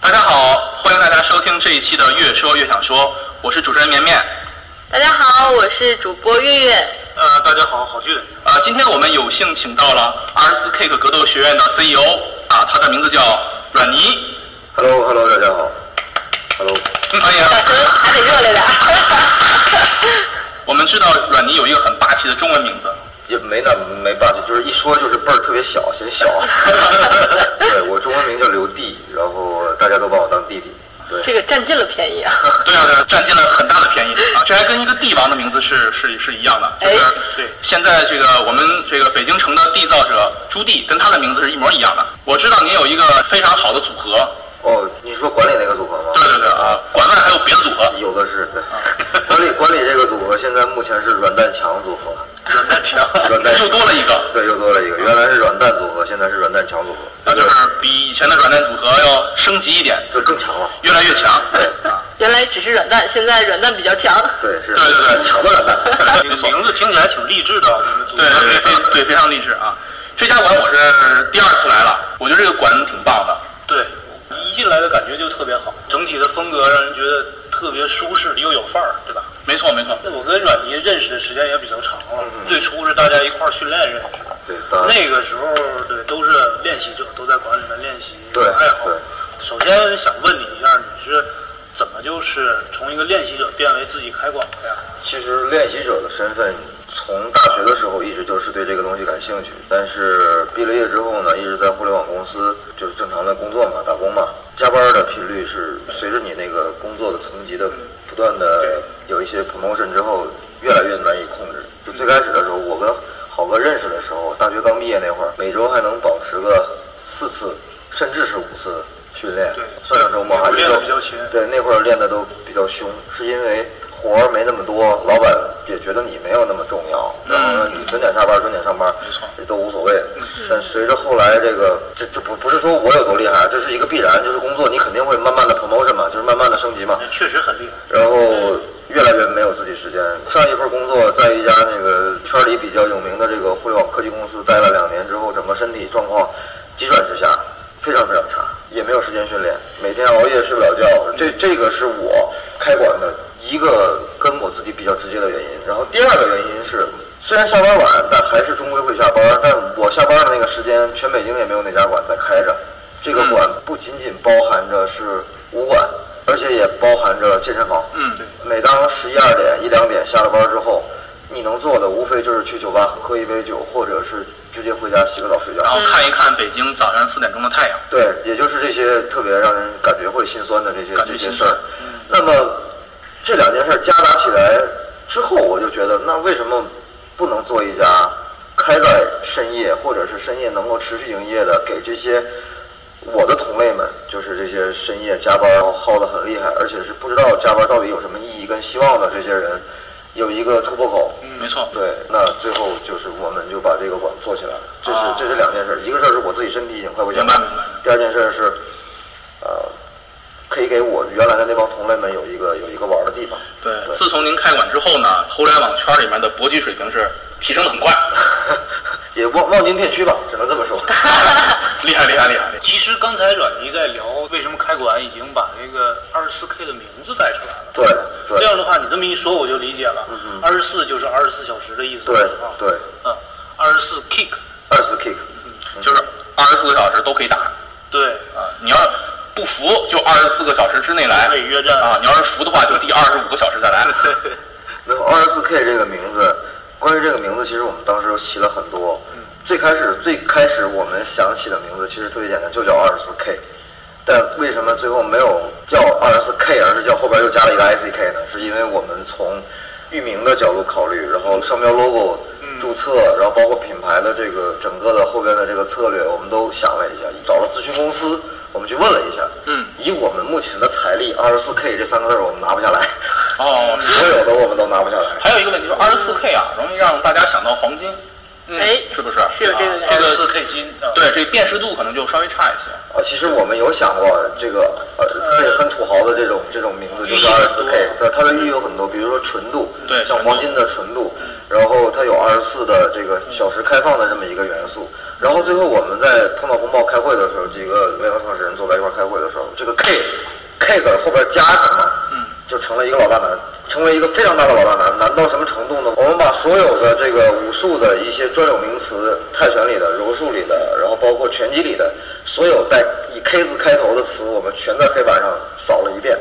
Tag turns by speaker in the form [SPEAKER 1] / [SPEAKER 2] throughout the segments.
[SPEAKER 1] 大家好，欢迎大家收听这一期的《越说越想说》，我是主持人绵绵。
[SPEAKER 2] 大家好，我是主播月月。
[SPEAKER 1] 呃，大家好，郝俊。呃，今天我们有幸请到了 R 四 Cake 格斗学院的 CEO 啊，他的名字叫阮妮，
[SPEAKER 3] Hello，Hello，大家好。Hello，
[SPEAKER 1] 嗯欢迎。
[SPEAKER 2] 小声哎还得热烈点儿。
[SPEAKER 1] 我们知道阮妮有一个很霸气的中文名字，
[SPEAKER 3] 也没那没办法，就是一说就是辈儿特别小，显小。 对我中文名叫刘弟，然后大家都把我当弟弟。对，
[SPEAKER 2] 这个占尽了便宜啊！
[SPEAKER 1] 对啊对啊，占尽了很大的便宜啊，这还跟一个帝王的名字是是是一样的，就是
[SPEAKER 2] 哎
[SPEAKER 1] 对。现在这个我们这个北京城的缔造者朱棣跟他的名字是一模一样的。我知道您有一个非常好的组合，
[SPEAKER 3] 哦，你说管理那个组合吗？
[SPEAKER 1] 对对对啊，管外还有别的组合，
[SPEAKER 3] 有的是。
[SPEAKER 1] 啊
[SPEAKER 3] 对， 管理管理这个组合现在目前是软蛋强组合。
[SPEAKER 1] 软蛋强
[SPEAKER 3] 软蛋
[SPEAKER 1] 又多了一个。
[SPEAKER 3] 对，又多了一个，原来是软蛋组合，现在是软蛋强组合
[SPEAKER 1] 那，就是比以前的软蛋组合要升级一点，
[SPEAKER 3] 这更强了。
[SPEAKER 1] 越来越强。啊
[SPEAKER 3] 对，
[SPEAKER 2] 原来只是软蛋，现在软蛋比较强。
[SPEAKER 3] 对是。
[SPEAKER 1] 对对对
[SPEAKER 3] 强的软 蛋。
[SPEAKER 1] 这个名字听起来挺励志的，对对对对，非常励志啊！这家馆我是第二次来了，我觉得这个馆挺棒的。
[SPEAKER 4] 对，一进来的感觉就特别好，整体的风格让人觉得特别舒适又有范儿，对吧？
[SPEAKER 1] 没错没错，
[SPEAKER 4] 那我跟阮妮认识的时间也比较长了，
[SPEAKER 3] 嗯
[SPEAKER 4] 最初是大家一块儿训练认识的，
[SPEAKER 3] 对，当然。
[SPEAKER 4] 那个时候对都是练习者，都在馆里面练习
[SPEAKER 3] 对
[SPEAKER 4] 爱好
[SPEAKER 3] 对。
[SPEAKER 4] 首先想问你一下，你是怎么就是从一个练习者变为自己开馆的呀？
[SPEAKER 3] 其实练习者的身份，从大学的时候一直就是对这个东西感兴趣，但是毕了业之后呢，一直在互联网公司就是正常的工作嘛，打工嘛，加班的频率是随着你那个工作的层级的不断的有一些 promotion 之后，越来越难以控制。就最开始的时候，我跟好哥认识的时候，大学刚毕业那会儿，每周还能保持个四次，甚至是五次训练
[SPEAKER 4] 对，
[SPEAKER 3] 算上周末还是
[SPEAKER 4] 练得比较勤
[SPEAKER 3] 对，那会儿练的都比较凶，是因为活儿没那么多，老板也觉得你没有那么重要，然后呢，你准点下班，准点上班，这都无所谓。但随着后来这个，这这不不是说我有多厉害，啊这是一个必然，就是工作你肯定会慢慢的 promotion 嘛，就是慢慢的升级嘛。
[SPEAKER 4] 确实很厉害。
[SPEAKER 3] 然后越来越没有自己时间。上一份工作在一家那个圈里比较有名的这个互联网科技公司待了两年之后，整个身体状况急转直下，非常非常差，也没有时间训练，每天熬夜睡不了觉。这这个是我开馆的一个跟我自己比较直接的原因。然后第二个原因是。虽然下班晚，但还是终归会下班。但我下班的那个时间，全北京也没有哪家馆在开着。这个馆不仅仅包含着是武馆，而且也包含着健身房。
[SPEAKER 1] 嗯对
[SPEAKER 3] 每当十一二点、一两点下了班之后，你能做的无非就是去酒吧喝一杯酒，或者是直接回家洗个澡睡觉。
[SPEAKER 1] 然后看一看北京早上四点钟的太阳。
[SPEAKER 3] 对，也就是这些特别让人感觉会心酸的这些
[SPEAKER 1] 感觉
[SPEAKER 3] 这些
[SPEAKER 1] 心
[SPEAKER 3] 事
[SPEAKER 1] 酸嗯
[SPEAKER 3] 儿。那么这两件事儿夹杂起来之后，我就觉得，那为什么不能做一家开在深夜，或者是深夜能够持续营业的，给这些我的同类们，就是这些深夜加班然后耗得很厉害，而且是不知道加班到底有什么意义跟希望的这些人，有一个突破口。
[SPEAKER 1] 没错，
[SPEAKER 3] 对，那最后就是我们就把这个馆做起来了。这是、这是两件事，一个事儿是我自己身体已经快不行
[SPEAKER 1] 啊明白
[SPEAKER 3] 了
[SPEAKER 1] 明白，
[SPEAKER 3] 第二件事是，呃，可以给我原来的那帮同类们有一个有一个玩儿的地方。
[SPEAKER 1] 对。自从您开馆之后呢，互联网圈里面的搏击水平是提升的很 快，
[SPEAKER 3] 也望望京片区吧，只能这么说。
[SPEAKER 1] 厉害厉害厉害！厉害
[SPEAKER 4] 其实刚才阮妮在聊为什么开馆，已经把这个二十四 K 的名字带出来了。
[SPEAKER 3] 对
[SPEAKER 4] 这
[SPEAKER 3] 对
[SPEAKER 4] 样的话，你这么一说我就理解了。二十四就是二十四小时的意思，
[SPEAKER 3] 对
[SPEAKER 4] 啊，
[SPEAKER 3] 对，
[SPEAKER 4] 嗯，二十四 kick，
[SPEAKER 3] 二十 kick，
[SPEAKER 1] 就是二十四个小时都可以打
[SPEAKER 4] 对，
[SPEAKER 1] 啊，你要是不服就二十四个小时之内来
[SPEAKER 4] 对约战
[SPEAKER 1] 啊，你要是服的话就第二十五个小时再来。
[SPEAKER 3] 没有二十四 K 这个名字，关于这个名字，其实我们当时起了很多。最开始最开始我们想起的名字其实特别简单，就叫二十四 K。但为什么最后没有叫二十四 K，而是叫后边又加了一个 ICK 呢？是因为我们从域名的角度考虑，然后商标 logo 注册，然后包括品牌的这个整个的后边的这个策略，我们都想了一下，找了咨询公司，我们去问了一下。
[SPEAKER 1] 嗯，
[SPEAKER 3] 以我们目前的财力，二十四 K 这三个字儿我们拿不下来。
[SPEAKER 1] 哦，是
[SPEAKER 3] 所有的我们都拿不下来。
[SPEAKER 1] 还有一个问题，就是二十四 K 啊，容易让大家想到黄金，
[SPEAKER 2] 哎
[SPEAKER 1] 嗯是不是？
[SPEAKER 2] 是有这个
[SPEAKER 1] 啊
[SPEAKER 2] 原因
[SPEAKER 4] 二
[SPEAKER 1] 这个
[SPEAKER 4] 十四 K 金，啊，
[SPEAKER 1] 对这个辨识度可能就稍微差一些。
[SPEAKER 3] 啊，其实我们有想过这个呃很很土豪的这种这种名字，就是
[SPEAKER 4] 寓意
[SPEAKER 3] 二
[SPEAKER 4] 很
[SPEAKER 3] 十四
[SPEAKER 4] 多
[SPEAKER 3] K，它它的寓意有很多，比如说纯度，嗯
[SPEAKER 1] 对
[SPEAKER 3] 像
[SPEAKER 1] 纯度
[SPEAKER 3] 黄金的纯度，然后它有二十四的这个小时开放的这么一个元素，然后最后我们在碰到红包开会的时候，几个联合创始人坐在一块儿开会的时候，这个 K K 字儿后边加什么，嗯，就成了一个老大难，成为一个非常大的老大难，难到什么程度呢？我们把所有的这个武术的一些专有名词，泰拳里的、柔术里的，然后包括拳击里的，所有带以 K 字开头的词，我们全在黑板上扫了一遍。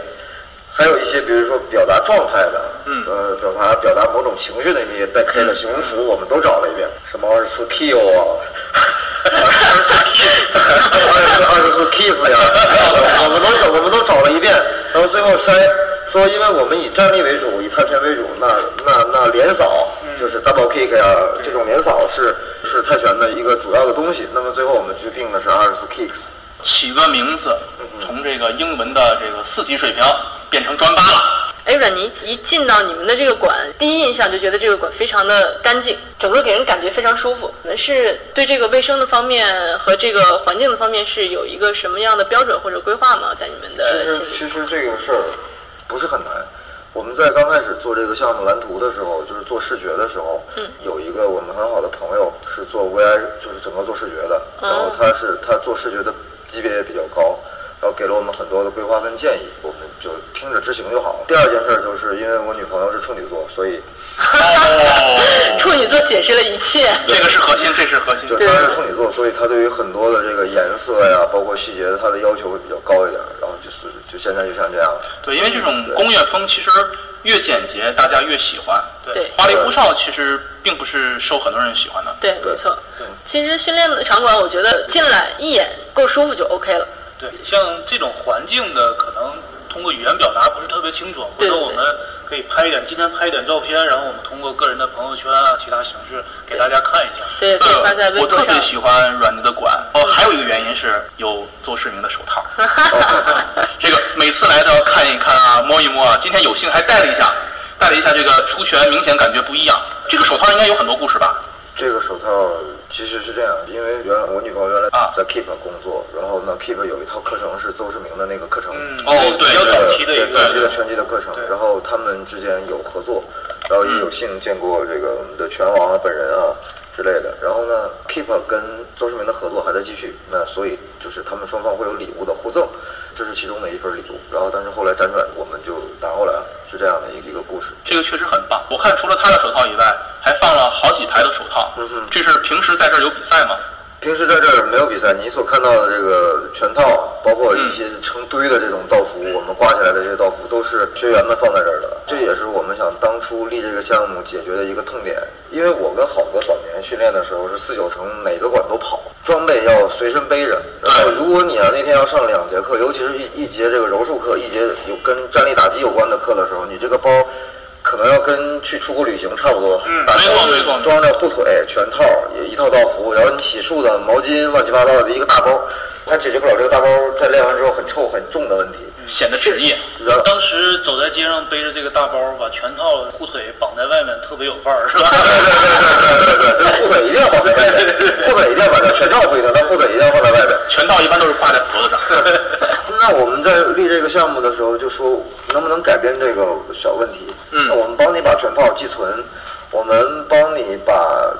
[SPEAKER 3] 还有一些，比如说表达状态的，
[SPEAKER 1] 嗯
[SPEAKER 3] 呃，表达表达某种情绪的那些带 K 的形容词，我们都找了一遍，什么二十四 K 哦啊，二十四 K，二十四 kiss 呀， 我们都找我们都找了一遍，然后最后筛说，因为我们以战力为主，以泰拳为主，那那那连扫就是 double kick 呀，这种连扫是是泰拳的一个主要的东西，那么最后我们就定的是二十四 kicks。
[SPEAKER 1] 起个名字，从这个英文的这个四级水平变成专八了。
[SPEAKER 2] 哎，阮妮一进到你们的这个馆，第一印象就觉得这个馆非常的干净，整个给人感觉非常舒服。你们是对这个卫生的方面和这个环境的方面是有一个什么样的标准或者规划吗？在你们的
[SPEAKER 3] 其实
[SPEAKER 2] 心里？
[SPEAKER 3] 其实这个事儿不是很难。我们在刚开始做这个项目蓝图的时候，就是做视觉的时候，有一个我们很好的朋友是做 VR，就是整个做视觉的，然后他是他做视觉的级别也比较高，然后给了我们很多的规划跟建议，我们就听着执行就好。第二件事儿就是因为我女朋友是处女座，所以
[SPEAKER 1] 哦，
[SPEAKER 2] 处女座解释了一切。
[SPEAKER 1] 这个是核心，这是核心。
[SPEAKER 3] 就他是处女座，所以他对于很多的这个颜色呀，包括细节，他的要求会比较高一点。然后就是就现在就像这样了。
[SPEAKER 1] 对，因为这种工业风其实越简洁，大家越喜欢。
[SPEAKER 2] 对
[SPEAKER 1] 花里胡哨其实并不是受很多人喜欢的。
[SPEAKER 2] 对，没错。其实训练的场馆，我觉得进来一眼够舒服就 OK 了。
[SPEAKER 4] 对，像这种环境的，可能通过语言表达不是特别清楚，回
[SPEAKER 2] 对
[SPEAKER 4] 头
[SPEAKER 2] 对
[SPEAKER 4] 我们可以拍一点，今天拍一点照片，然后我们通过个人的朋友圈啊，其他形式给大家看一下。
[SPEAKER 2] 对，可以发在
[SPEAKER 1] 呃嗯
[SPEAKER 2] 微
[SPEAKER 1] 我
[SPEAKER 2] 博
[SPEAKER 1] 特
[SPEAKER 2] 上
[SPEAKER 1] 别。喜欢软泥的馆。哦，还有一个原因是有做市民的手套。这个每次来都要看一看啊，摸一摸啊。今天有幸还戴了一下，戴了一下这个出拳，明显感觉不一样。这个手套应该有很多故事吧？
[SPEAKER 3] 这个手套其实是这样，因为原来我女朋友原来
[SPEAKER 1] 啊
[SPEAKER 3] 在 Keep 工作，然后呢 Keep 有一套课程是邹市明的那个课程，
[SPEAKER 4] 嗯，
[SPEAKER 1] 哦对
[SPEAKER 4] 比较
[SPEAKER 3] 对
[SPEAKER 4] 早期的一
[SPEAKER 3] 对早期的
[SPEAKER 4] 个，
[SPEAKER 3] 拳击的课程
[SPEAKER 4] 对，嗯
[SPEAKER 3] 然后他们之间有合作，然后也有幸见过这个我们的拳王啊本人啊之类的。然后呢，Keep 跟邹市明的合作还在继续，那所以就是他们双方会有礼物的互赠，这是其中的一份礼物。然后但是后来辗转我们就拿过来了，是这样的一个一个故事。
[SPEAKER 1] 这个确实很棒。我看除了他的手套以外，还放了好几排的手套。
[SPEAKER 3] 嗯哼嗯
[SPEAKER 1] 这是平时在这儿有比赛吗？
[SPEAKER 3] 平时在这儿没有比赛，你所看到的这个拳套，包括一些成堆的这种道服，我们挂起来的这些道服都是学员们放在这儿的。这也是我们想当初立这个项目解决的一个痛点，因为我跟好哥早年训练的时候是四九城哪个馆都跑，装备要随身背着。然后如果你啊那天要上两节课，尤其是一一节这个柔术课，一节有跟站立打击有关的课的时候，你这个包。可能要跟去出国旅行差不多，
[SPEAKER 1] 嗯
[SPEAKER 3] 打
[SPEAKER 1] 没错
[SPEAKER 3] 包
[SPEAKER 1] 没错
[SPEAKER 3] 装着护腿、拳套，也一套道服，然后你洗漱的毛巾，乱七八糟的一个大包，它解决不了这个大包在练完之后很臭很重的问题。
[SPEAKER 1] 显得职业。
[SPEAKER 3] 然后
[SPEAKER 4] 当时走在街上背着这个大包，把拳套、护腿绑在外面，特别有范儿，是吧？
[SPEAKER 3] 护腿一定要放在外面，护腿一定要把它全套不一定，但护腿一定要放在外面。
[SPEAKER 1] 拳套一般都是挂在脖子上。
[SPEAKER 3] 那我们在立这个项目的时候就说，能不能改变这个小问题？
[SPEAKER 1] 嗯
[SPEAKER 3] 那我们帮你把全套寄存，我们帮你把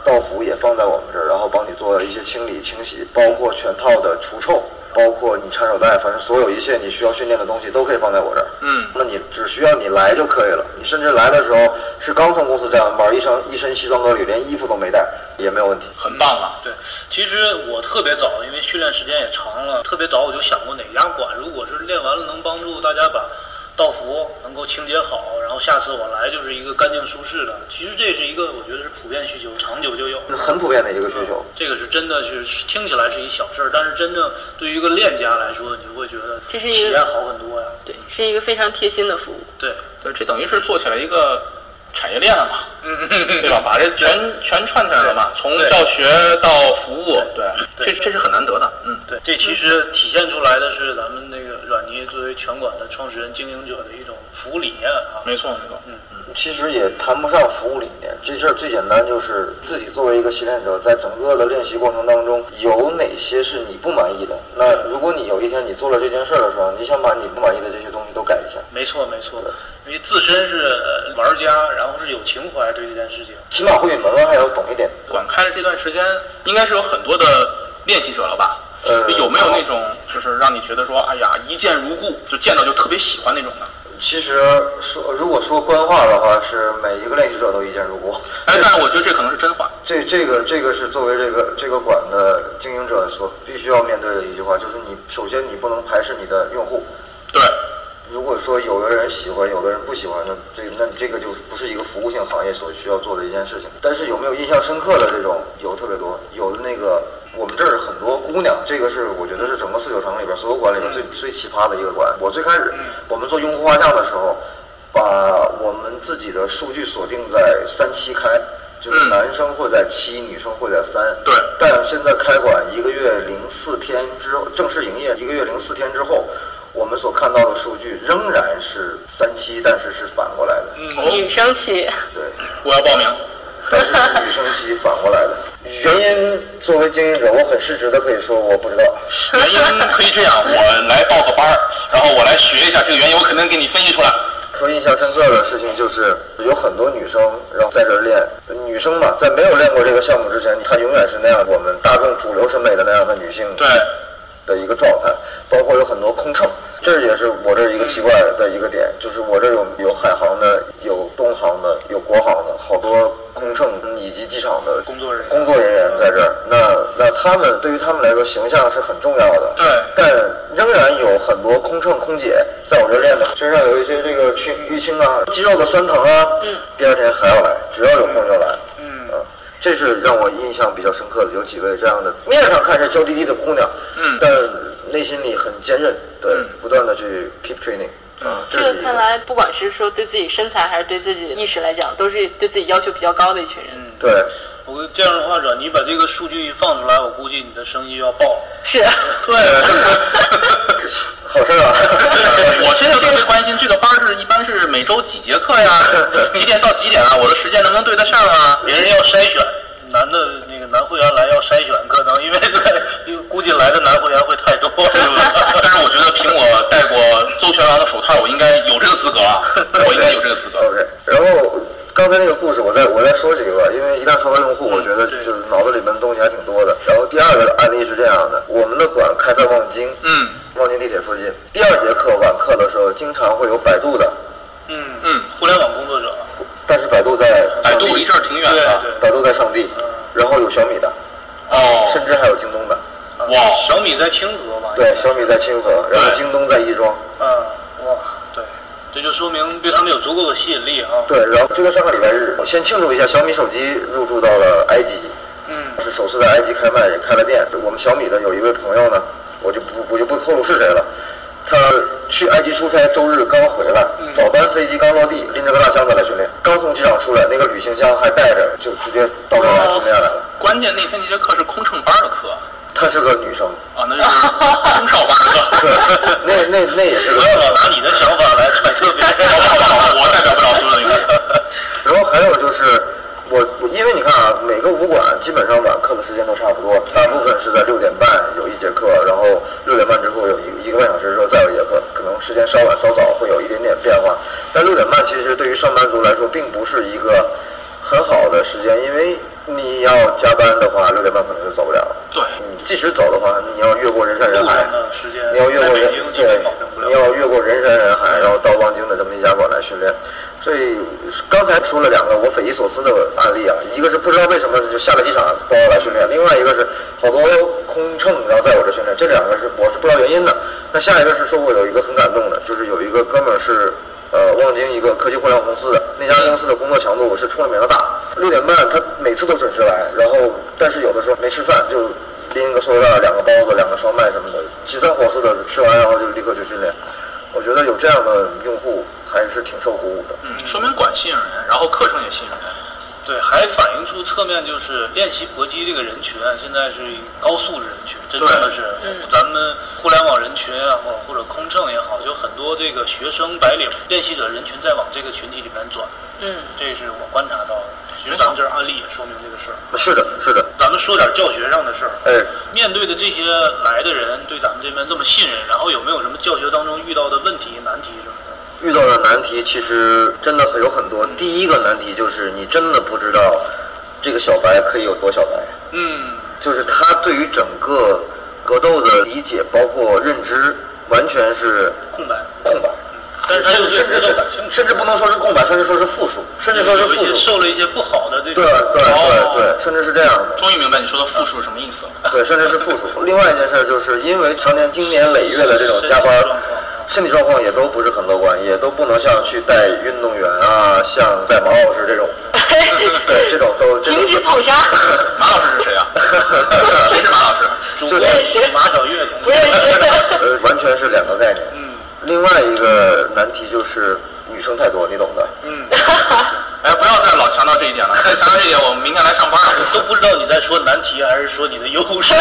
[SPEAKER 3] 道服也放在我们这儿，然后帮你做一些清理清洗，包括全套的除臭，包括你缠手带，反正所有一切你需要训练的东西都可以放在我这儿。
[SPEAKER 1] 嗯
[SPEAKER 3] 那你只需要你来就可以了。你甚至来的时候是刚从公司加完班，一身一身西装革履，连衣服都没带，也没有问题。
[SPEAKER 1] 很棒啊！
[SPEAKER 4] 对，其实我特别早，因为训练时间也长了，特别早我就想过哪家馆，如果是练完了能帮助大家把道服能够清洁好，然后下次我来就是一个干净舒适的。其实这是一个我觉得是普遍需求，长久就有。
[SPEAKER 3] 很普遍的一个需求。
[SPEAKER 4] 这个是真的是听起来是一小事儿，但是真正对于一个练家来说，你就会觉得
[SPEAKER 2] 这是一个
[SPEAKER 4] 体验好很多呀。
[SPEAKER 2] 对，是一个非常贴心的服务。
[SPEAKER 4] 对，
[SPEAKER 1] 对，这等于是做起来一个产业链了嘛，
[SPEAKER 4] 嗯
[SPEAKER 1] 对吧？把这全全串起来了嘛，从教学到服务，对，
[SPEAKER 4] 对
[SPEAKER 1] 这这是很难得的，嗯。
[SPEAKER 4] 对，这其实体现出来的是咱们那个阮妮作为拳馆的创始人、经营者的一种服务理念啊。
[SPEAKER 1] 没错，没错。
[SPEAKER 3] 其实也谈不上服务理念，这事儿最简单就是自己作为一个习练者，在整个的练习过程当中，有哪些是你不满意的？那如果你有一天你做了这件事儿的时候，你想把你不满意的这些东西都改一下。
[SPEAKER 4] 没错没错，因为自身是呃玩家，然后是有情怀对这件事情。
[SPEAKER 3] 起码会比萌萌还要懂一点。
[SPEAKER 1] 管开的这段时间，应该是有很多的练习者了吧？
[SPEAKER 3] 呃
[SPEAKER 1] 有没有那种就是让你觉得说，哎呀，一见如故，就见到就特别喜欢那种的？
[SPEAKER 3] 其实说如果说官话的话，是每一个练习者都一见如故。
[SPEAKER 1] 哎，但是我觉得这可能是真话。
[SPEAKER 3] 这这个这个是作为这个这个馆的经营者所必须要面对的一句话，就是你首先你不能排斥你的用户。
[SPEAKER 1] 对，
[SPEAKER 3] 如果说有的人喜欢，有的人不喜欢，那这那这个就不是一个服务性行业所需要做的一件事情。但是有没有印象深刻的这种有特别多，有的那个我们这儿很多姑娘，这个是我觉得是整个四九城里边所有馆里边最、最奇葩的一个馆。我最开始我们做用户画像的时候，把我们自己的数据锁定在三七开，就是
[SPEAKER 1] 嗯
[SPEAKER 3] 男生会在七，女生会在三。
[SPEAKER 1] 对
[SPEAKER 3] 但现在开馆一个月零四天之后，正式营业一个月零四天之后，我们所看到的数据仍然是三期，但是是反过来的，
[SPEAKER 1] 嗯，
[SPEAKER 2] 女
[SPEAKER 1] 哦，
[SPEAKER 2] 生期，
[SPEAKER 3] 对，
[SPEAKER 1] 我要报名。
[SPEAKER 3] 但是女生期反过来的。原因作为经营者，我很失职的可以说我不知道。
[SPEAKER 1] 原因可以这样，我来报个班儿，然后我来学一下这个原因，我肯定给你分析出来。
[SPEAKER 3] 说印象深刻的事情就是有很多女生，然后在这儿练。女生嘛，在没有练过这个项目之前，她永远是那样我们大众主流审美的那样的女性。
[SPEAKER 1] 对，
[SPEAKER 3] 的一个状态，包括有很多空乘，这也是我这儿一个奇怪的一个
[SPEAKER 4] 嗯
[SPEAKER 3] 点，就是我这儿有有海航的，有东航的，有国航的，好多空乘以及机场的
[SPEAKER 4] 工作人员
[SPEAKER 3] 工作人员在这儿，那那他们对于他们来说形象是很重要的，
[SPEAKER 1] 对
[SPEAKER 3] 但仍然有很多空乘空姐在我这儿练的，身上有一些这个去淤青啊，肌肉的酸疼啊，
[SPEAKER 2] 嗯，
[SPEAKER 3] 第二天还要来，只要有空就来，
[SPEAKER 4] 嗯
[SPEAKER 3] 嗯，这是让我印象比较深刻的，有几位这样的，面上看是娇滴滴的姑娘，
[SPEAKER 1] 嗯
[SPEAKER 3] 但内心里很坚韧，对，
[SPEAKER 1] 嗯
[SPEAKER 3] 不断的去 keep training，
[SPEAKER 2] 嗯
[SPEAKER 3] 啊，
[SPEAKER 2] 这
[SPEAKER 3] 是
[SPEAKER 2] 个
[SPEAKER 3] 一
[SPEAKER 2] 看来不管是说对自己身材还是对自己意识来讲，都是对自己要求比较高的一群
[SPEAKER 1] 嗯
[SPEAKER 2] 人。
[SPEAKER 3] 对，
[SPEAKER 4] 我这样的话，只要你把这个数据一放出来，我估计你的生意要爆了。
[SPEAKER 2] 是，
[SPEAKER 1] 对，
[SPEAKER 3] 好事儿啊，
[SPEAKER 1] 我现在特别关心这个班儿是一般是每周几节课 呀？几点到几点啊？我的时间能不能对得上啊？
[SPEAKER 4] 别人要筛选男的那个男会员来要筛选，可能因为因为估计来的男会员会太多，
[SPEAKER 1] 对不对？ 但是我觉得凭我戴过邹全王的手套，我应该有这个资格 啊！我应该有这个资格。
[SPEAKER 3] OK，然呃后刚才那个故事，我再我再说几个吧，因为一旦说到用户，我觉得
[SPEAKER 4] 对
[SPEAKER 3] 就是脑子里面东西还挺多的。然后第二个案例是这样的，我们的馆开在望京，
[SPEAKER 1] 嗯
[SPEAKER 3] 望京地铁附近。第二节课晚课的时候，经常会有百度的，
[SPEAKER 4] 嗯
[SPEAKER 1] 嗯，
[SPEAKER 4] 互联网工作者，
[SPEAKER 3] 但是百度在
[SPEAKER 1] 百度
[SPEAKER 3] 上地
[SPEAKER 1] 离这儿挺远
[SPEAKER 4] 啊对
[SPEAKER 1] 的。
[SPEAKER 4] 对，
[SPEAKER 3] 百度在上地，然后有小米的，甚
[SPEAKER 1] 哦，
[SPEAKER 3] 至还有京东的。
[SPEAKER 4] 啊
[SPEAKER 1] 哇
[SPEAKER 4] 小米在清河
[SPEAKER 1] 哎
[SPEAKER 4] 吧？
[SPEAKER 3] 对，小米在清河，然后
[SPEAKER 1] 对
[SPEAKER 3] 京东在亦庄。
[SPEAKER 4] 嗯，哇，对，这就说明对他们有足够的吸引力啊。
[SPEAKER 3] 对，然后就在上个礼拜日，我先庆祝一下，小米手机入驻到了埃及，
[SPEAKER 4] 嗯
[SPEAKER 3] 是首次在埃及开卖，也开了店。我们小米的有一位朋友呢，我就不我就不透露是谁了，他去埃及出差，周日刚回来，早班飞机刚落地，拎着个大箱子来训练，刚从机场出来，那个旅行箱还带着，就直接到这儿来训练来了。
[SPEAKER 1] 关键那天那节课是空乘班的课啊，
[SPEAKER 3] 她是个女生，
[SPEAKER 1] 那就是空少班的
[SPEAKER 3] 对
[SPEAKER 1] 课。，
[SPEAKER 3] 那那那也是
[SPEAKER 4] 不
[SPEAKER 3] 个。
[SPEAKER 4] 要老拿你的想法来揣测别 人。
[SPEAKER 1] 我代表不了所有的领域。
[SPEAKER 3] 然后还有就是，我我因为你看啊，每个武馆基本上晚课的时间都差不多，大部分是在六点半有一节课，然后六点半之后有一一个半小时之后再有一节课，可能时间稍晚稍早会有一点点变化。但六点半其实对于上班族来说并不是一个很好的时间，因为你要加班的话，六点半可能就走不了了。
[SPEAKER 1] 对
[SPEAKER 3] 你即使走的话，你要越过人山人
[SPEAKER 4] 路
[SPEAKER 3] 海
[SPEAKER 4] 上。的时间，
[SPEAKER 3] 你要越
[SPEAKER 4] 在
[SPEAKER 3] 过人
[SPEAKER 4] 北京基
[SPEAKER 3] 对
[SPEAKER 4] 本保证不，
[SPEAKER 3] 你
[SPEAKER 4] 了。
[SPEAKER 3] 要越过人山人海，然后到望京的这么一家馆来训练。所以刚才说了两个我匪夷所思的案例啊，一个是不知道为什么就下了机场都要来训练，另外一个是好多空乘然后在我这训练，这两个是我是不知道原因的。那下一个是说我有一个很感动的，就是有一个哥们儿是呃望京一个科技互联网公司的，那家公司的工作强度是出了名的大，六点半他每次都准时来，然后但是有的时候没吃饭就拎个塑料袋、两个包子、两个烧麦什么的，急三火四的吃完，然后就立刻去训练。我觉得有这样的用户还是挺受鼓舞的。
[SPEAKER 1] 嗯，说明管吸引人，然后课程也吸引人。
[SPEAKER 4] 对，还反映出侧面就是练习搏击这个人群啊，现在是高素质人群，真正的是咱们互联网人群也好，或者空乘也好，就很多这个学生白领练习者人群在往这个群体里面转，
[SPEAKER 2] 嗯，
[SPEAKER 4] 这是我观察到的。其实咱们这儿案例也说明这个事儿。
[SPEAKER 3] 是的，是的，
[SPEAKER 4] 咱们说点教学上的事儿。
[SPEAKER 3] 哎，
[SPEAKER 4] 面对的这些来的人对咱们这边这么信任，然后有没有什么教学当中遇到的问题、难题什么的？
[SPEAKER 3] 遇到的难题其实真的很有很多。第一个难题就是你真的不知道这个小白可以有多小白，
[SPEAKER 4] 嗯，
[SPEAKER 3] 就是他对于整个格斗的理解，包括认知，完全是
[SPEAKER 4] 空白。
[SPEAKER 3] 空白。
[SPEAKER 4] 但是他又
[SPEAKER 3] 甚至
[SPEAKER 4] 知
[SPEAKER 3] 是
[SPEAKER 4] 道
[SPEAKER 3] 甚至不能说是空白，甚至说是负数，甚至说是
[SPEAKER 4] 有一
[SPEAKER 3] 负
[SPEAKER 4] 些
[SPEAKER 3] 数。
[SPEAKER 4] 受了一些不好的这
[SPEAKER 3] 对
[SPEAKER 4] 种
[SPEAKER 3] 对
[SPEAKER 4] 哦
[SPEAKER 3] 对对，甚至是这样的。
[SPEAKER 1] 终于明白你说的复数是什么意思了。
[SPEAKER 3] 对，甚至是负数。另外一件事儿就是因为常年经年累月的这种加班
[SPEAKER 4] 身体状况，
[SPEAKER 3] 身体状况也都不是很乐观，也都不能像去带运动员啊，像带马老师这种， 对，这种都这种
[SPEAKER 2] 停止捧杀，
[SPEAKER 1] 马老师是谁啊？谁是马老师？
[SPEAKER 4] 主
[SPEAKER 3] 就
[SPEAKER 4] 播
[SPEAKER 3] 是
[SPEAKER 2] 是
[SPEAKER 4] 马小月同
[SPEAKER 2] 不
[SPEAKER 4] 志，
[SPEAKER 2] 认识。
[SPEAKER 3] 呃，完全是两个概念。
[SPEAKER 4] 嗯
[SPEAKER 3] 另外一个难题就是女生太多，你懂的。
[SPEAKER 4] 嗯，
[SPEAKER 1] 哎，不要再老强调这一点了，再强调这一点，我们明天来上班 了。
[SPEAKER 4] 都不知道你在说难题还是说你的优势。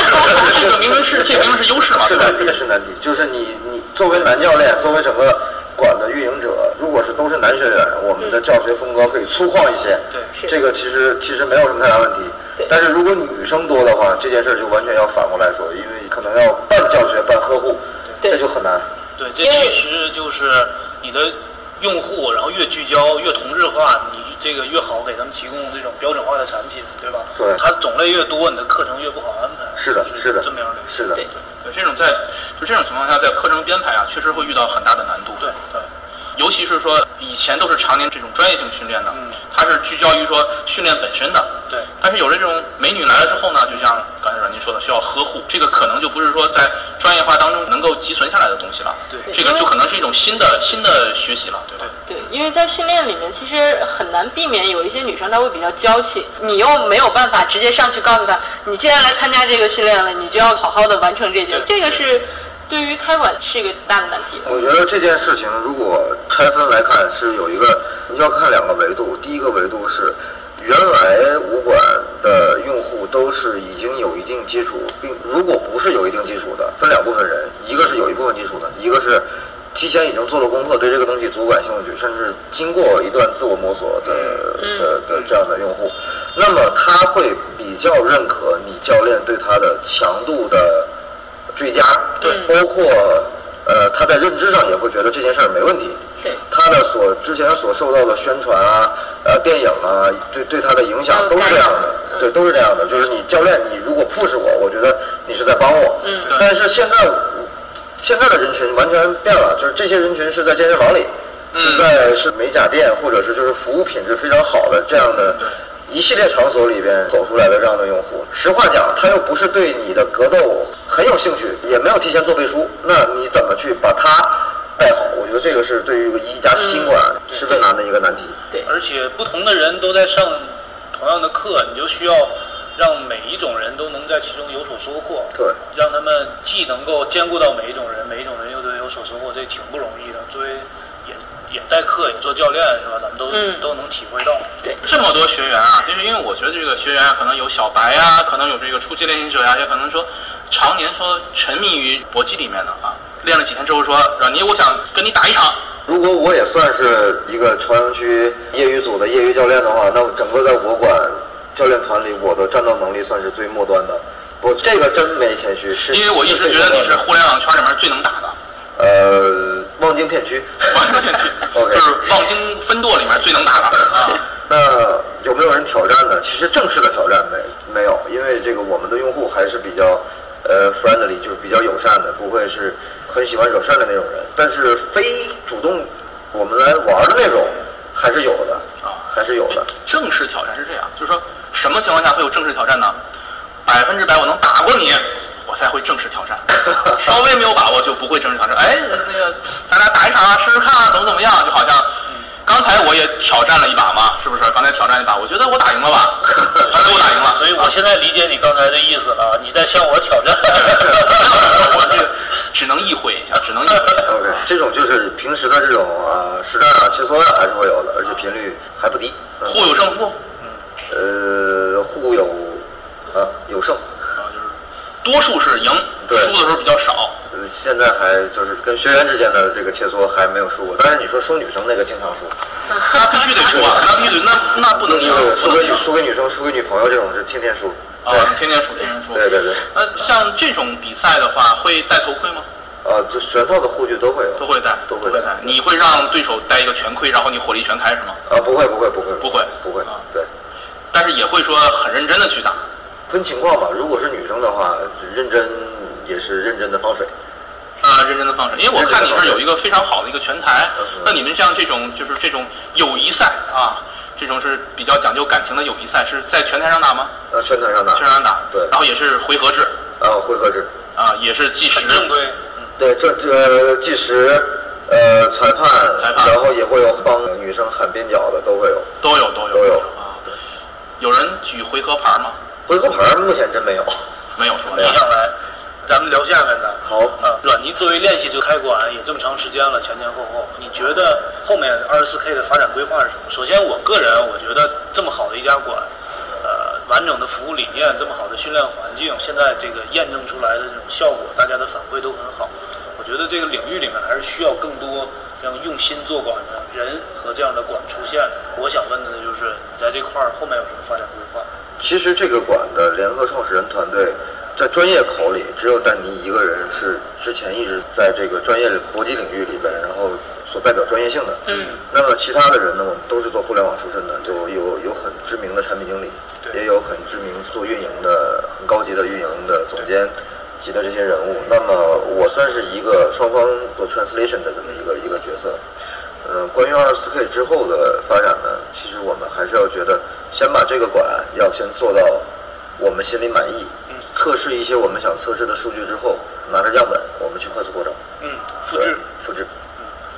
[SPEAKER 1] 这个明明是这明明是优势嘛，
[SPEAKER 3] 是
[SPEAKER 1] 对吧？
[SPEAKER 3] 难题，是难题。就是你你作为男教练，作为整个馆的运营者，如果是都是男学员，我们的教学风格可以粗犷一些。
[SPEAKER 4] 嗯对
[SPEAKER 2] 是
[SPEAKER 3] 这个其实其实没有什么太大问题
[SPEAKER 2] 对。
[SPEAKER 3] 但是如果女生多的话，这件事儿就完全要反过来说，因为可能要半教学半呵护，
[SPEAKER 2] 对
[SPEAKER 3] 这就很难。
[SPEAKER 4] 对，这其实就是你的用户，然后越聚焦、越同质化，你这个越好给他们提供这种标准化的产品，对吧？
[SPEAKER 3] 对
[SPEAKER 4] 它种类越多，你的课程越不好安排。
[SPEAKER 3] 是的，是的
[SPEAKER 4] 这么样的，，
[SPEAKER 3] 是的。
[SPEAKER 2] 对
[SPEAKER 1] 对，这种在就这种情况下，在课程编排啊，确实会遇到很大的难度。
[SPEAKER 4] 对对，
[SPEAKER 1] 尤其是说以前都是常年这种专业性训练的
[SPEAKER 4] 嗯，
[SPEAKER 1] 它是聚焦于说训练本身的。
[SPEAKER 4] 对
[SPEAKER 1] 但是有了这种美女来了之后呢，就像刚才阮金说的，需要呵护，这个可能就不是说在专业化当中能够积存下来的东西了。
[SPEAKER 4] 对
[SPEAKER 1] 这个就可能是一种新的新的学习了，对吧？
[SPEAKER 4] 对
[SPEAKER 2] 对，因为在训练里面，其实很难避免有一些女生她会比较娇气，你又没有办法直接上去告诉她，你既然来参加这个训练了，你就要好好的完成这件，这个是对于开馆是一个大的难题。
[SPEAKER 3] 我觉得这件事情如果拆分来看，是有一个你要看两个维度。第一个维度是，原来武馆的用户都是已经有一定基础，并如果不是有一定基础的，分两部分人，一个是有一部分基础的，一个是提前已经做了功课，对这个东西足感兴趣，甚至经过一段自我摸索的的的呃这样的用户，那么他会比较认可你教练对他的强度的追加，
[SPEAKER 1] 对
[SPEAKER 2] 嗯
[SPEAKER 3] 包括呃他在认知上也会觉得这件事儿没问题，
[SPEAKER 2] 对
[SPEAKER 3] 他的所之前所受到的宣传啊、呃电影啊，对对他的影响
[SPEAKER 2] 嗯
[SPEAKER 3] 都是这样的，
[SPEAKER 2] 嗯
[SPEAKER 3] 对，都是这样的。就是你教练，你如果 push 我，我觉得你是在帮我，
[SPEAKER 2] 嗯
[SPEAKER 1] 对
[SPEAKER 3] 但是现在现在的人群完全变了，就是这些人群是在健身房里，
[SPEAKER 1] 嗯
[SPEAKER 3] 是在是美甲店或者是就是服务品质非常好的这样的。
[SPEAKER 1] 对
[SPEAKER 3] 一系列场所里边走出来的这样的用户，实话讲，他又不是对你的格斗很有兴趣，也没有提前做背书，那你怎么去把他带好？我觉得这个是对于一家新馆
[SPEAKER 1] 嗯
[SPEAKER 3] 十分难的一个难题。
[SPEAKER 2] 对，
[SPEAKER 4] 而且不同的人都在上同样的课，你就需要让每一种人都能在其中有所收获。
[SPEAKER 3] 对
[SPEAKER 4] 让他们既能够兼顾到每一种人，每一种人又都有所收获，这挺不容易的。作为也也代课，也做教练是吧？咱们都、
[SPEAKER 2] 嗯
[SPEAKER 4] 都能体会到。
[SPEAKER 2] 对，
[SPEAKER 1] 这么多学员啊，就是因为我觉得这个学员啊可能有小白啊，可能有这个初级练习者呀、也可能说常年说沉迷于搏击里面的啊，练了几天之后说，阮妮，我想跟你打一场，
[SPEAKER 3] 如果我也算是一个朝阳区业余组的业余教练的话，那我整个在我馆教练团里，我的战斗能力算是最末端的。不，这个真没谦虚，是
[SPEAKER 1] 因为我一直觉得你是互联网圈里面最能打的，
[SPEAKER 3] 呃望京片区。OK
[SPEAKER 1] 就是望京分舵里面最能打的啊。
[SPEAKER 3] 那有没有人挑战呢？其实正式的挑战没没有，因为这个我们的用户还是比较呃 friendly，就是比较友善的，不会是很喜欢惹事儿的那种人。但是非主动我们来玩儿的那种还是有的，
[SPEAKER 1] 啊
[SPEAKER 3] 还是有的。
[SPEAKER 1] 正式挑战是这样，就是说什么情况下会有正式挑战呢？百分之百我能打过你，我才会正式挑战。稍微没有把握就不会正式挑战。哎，那个咱俩打一场啊，试试看啊，怎么怎么样？就好像刚才我也挑战了一把嘛，是不是？刚才挑战一把，我觉得我打赢了吧？刚才我打赢了，
[SPEAKER 4] 所以我现在理解你刚才的意思了，你在向我挑战。
[SPEAKER 1] 我这个只能意会一下，只能意会一下。
[SPEAKER 3] OK，这种就是平时的这种啊实战啊切磋呀还是会有的，而且频率还不低。嗯
[SPEAKER 1] 互有胜负，
[SPEAKER 3] 呃互有啊有胜，
[SPEAKER 1] 啊，就是多数是赢，输
[SPEAKER 3] 对
[SPEAKER 1] 的时候比较少。
[SPEAKER 3] 呃现在还就是跟学员之间的这个切磋还没有输过，但是你说输女生那个经常输。
[SPEAKER 1] 那必须得输啊！那必须得，那那不能赢，不
[SPEAKER 3] 输
[SPEAKER 1] 能
[SPEAKER 3] 给
[SPEAKER 1] 赢
[SPEAKER 3] 女输给女生、输给女朋友这种是天天输。
[SPEAKER 1] 啊！天天输，天天输。
[SPEAKER 3] 对对对。
[SPEAKER 1] 那像这种比赛的话，会戴头盔吗？
[SPEAKER 3] 呃，就全套的护具都会有，
[SPEAKER 1] 都会带，
[SPEAKER 3] 都会
[SPEAKER 1] 会带。你会让对手带一个全盔，然后你火力全开是吗？
[SPEAKER 3] 啊，不会不会不会
[SPEAKER 1] 不会
[SPEAKER 3] 不会
[SPEAKER 1] 啊，
[SPEAKER 3] 对，
[SPEAKER 1] 但是也会说很认真的去打。
[SPEAKER 3] 分情况吧。如果是女生的话，认真也是认真的放水。
[SPEAKER 1] 啊，认真的放水，因为我看你这儿有一个非常好的一个拳台。
[SPEAKER 3] 嗯
[SPEAKER 1] 那你们像这种就是这种友谊赛啊，这种是比较讲究感情的友谊赛，是在拳台上打吗？
[SPEAKER 3] 呃，宣传上打，
[SPEAKER 1] 拳台上打，
[SPEAKER 3] 对
[SPEAKER 1] 然后也是回合制
[SPEAKER 3] 呃，回合制，
[SPEAKER 1] 啊，也是计时
[SPEAKER 4] 很，正规，
[SPEAKER 3] 对，这这呃计时，呃，裁判，
[SPEAKER 1] 裁判
[SPEAKER 3] 然后也会有帮女生喊边角的，都会有。
[SPEAKER 1] 都有都有
[SPEAKER 3] 都有
[SPEAKER 1] 啊。对，有人举回合牌吗？
[SPEAKER 3] 回合牌目前真没有。
[SPEAKER 1] 没有是吧
[SPEAKER 4] 一？上
[SPEAKER 1] 啊
[SPEAKER 4] 来，咱们聊下面的。
[SPEAKER 3] 好，
[SPEAKER 4] 啊，软泥作为练习者开馆也这么长时间了，前前后后，你觉得后面二十四 K 的发展规划是什么？首先，我个人我觉得这么好的一家馆，呃，完整的服务理念，这么好的训练环境，现在这个验证出来的这种效果，大家的反馈都很好。我觉得这个领域里面还是需要更多这样用心做馆的人和这样的馆出现。我想问的呢，就是你在这块儿后面有什么发展规划？
[SPEAKER 3] 其实这个馆的联合创始人团队，在专业口里，只有丹尼一个人是之前一直在这个专业搏击领域里边，然后所代表专业性的。
[SPEAKER 2] 嗯。
[SPEAKER 3] 那么其他的人呢，我们都是做互联网出身的，就有有很知名的产品经理，
[SPEAKER 4] 对
[SPEAKER 3] 也有很知名做运营的、很高级的运营的总监级的这些人物。那么我算是一个双方做 translation 的这么一个一个角色。呃，关于二十四 K 之后的发展呢，其实我们还是要觉得，先把这个馆要先做到我们心里满意，
[SPEAKER 4] 嗯
[SPEAKER 3] 测试一些我们想测试的数据之后，拿着样本我们去快速扩张，
[SPEAKER 4] 嗯，复
[SPEAKER 3] 对
[SPEAKER 4] 制。嗯
[SPEAKER 3] 复制，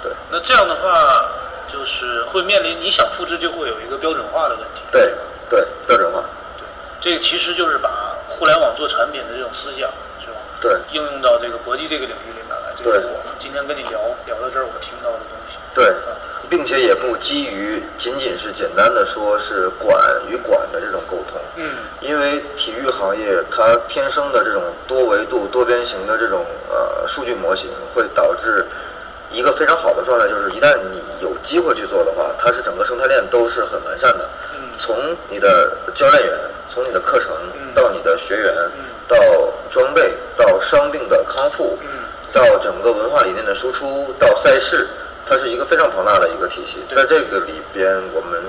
[SPEAKER 3] 对
[SPEAKER 4] 那这样的话，就是会面临你想复制就会有一个标准化的问题。
[SPEAKER 3] 对对标准化，
[SPEAKER 4] 这个其实就是把互联网做产品的这种思想，是吧？
[SPEAKER 3] 对
[SPEAKER 4] 应用到这个搏击这个领域里面来。这个
[SPEAKER 3] 对
[SPEAKER 4] 是我们今天跟你聊聊到这儿，我听到的东西。
[SPEAKER 3] 对，并且也不基于仅仅是简单的说是馆与馆的这种沟通，
[SPEAKER 4] 嗯，
[SPEAKER 3] 因为体育行业它天生的这种多维度、多边形的这种呃数据模型，会导致一个非常好的状态，就是一旦你有机会去做的话，它是整个生态链都是很完善的。
[SPEAKER 4] 嗯
[SPEAKER 3] 从你的教练员，从你的课程
[SPEAKER 4] 嗯
[SPEAKER 3] 到你的学员
[SPEAKER 4] 嗯，
[SPEAKER 3] 到装备，到伤病的康复
[SPEAKER 4] 嗯，
[SPEAKER 3] 到整个文化理念的输出，到赛事，它是一个非常庞大的一个体系。
[SPEAKER 4] 对
[SPEAKER 3] 在这个里边，我们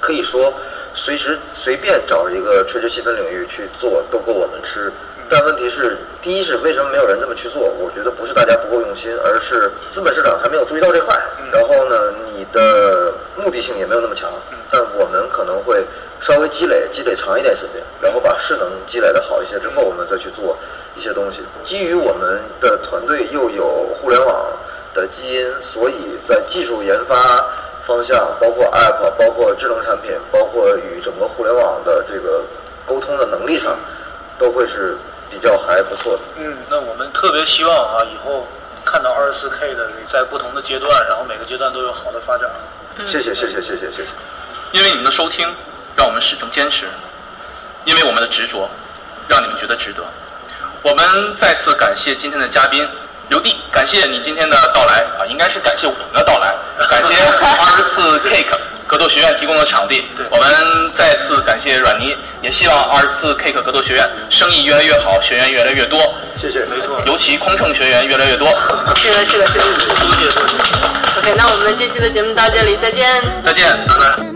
[SPEAKER 3] 可以说随时随便找一个垂直细分领域去做，都够我们吃。但问题是，第一是为什么没有人这么去做？我觉得不是大家不够用心，而是资本市场还没有注意到这块。然后呢，你的目的性也没有那么强。但我们可能会稍微积累积累长一点时间，然后把势能积累的好一些之后，我们再去做一些东西。基于我们的团队又有互联网的基因，所以在技术研发方向，包括 App，包括智能产品，包括与整个互联网的这个沟通的能力上，都会是比较还不错的。
[SPEAKER 4] 嗯，那我们特别希望啊，以后看到二十四 K 的在不同的阶段，然后每个阶段都有好的发展。啊
[SPEAKER 3] 谢谢谢谢谢谢谢谢。
[SPEAKER 1] 因为你们的收听，让我们始终坚持；因为我们的执着，让你们觉得值得。我们再次感谢今天的嘉宾刘弟，感谢你今天的到来啊，应该是感谢我们的到来，感谢二十四 Cake 格斗学院提供的场地。
[SPEAKER 4] 对
[SPEAKER 1] 我们再次感谢阮妮，也希望二十四 Cake 格斗学院生意越来越好，学员越来越多，
[SPEAKER 3] 谢谢，
[SPEAKER 4] 没错，
[SPEAKER 1] 尤其空乘学员越来越多。
[SPEAKER 2] 是的，是的，是的。
[SPEAKER 4] 理解。
[SPEAKER 2] OK，那我们这期的节目到这里，再见。
[SPEAKER 1] 再见，拜拜。
[SPEAKER 5] I'm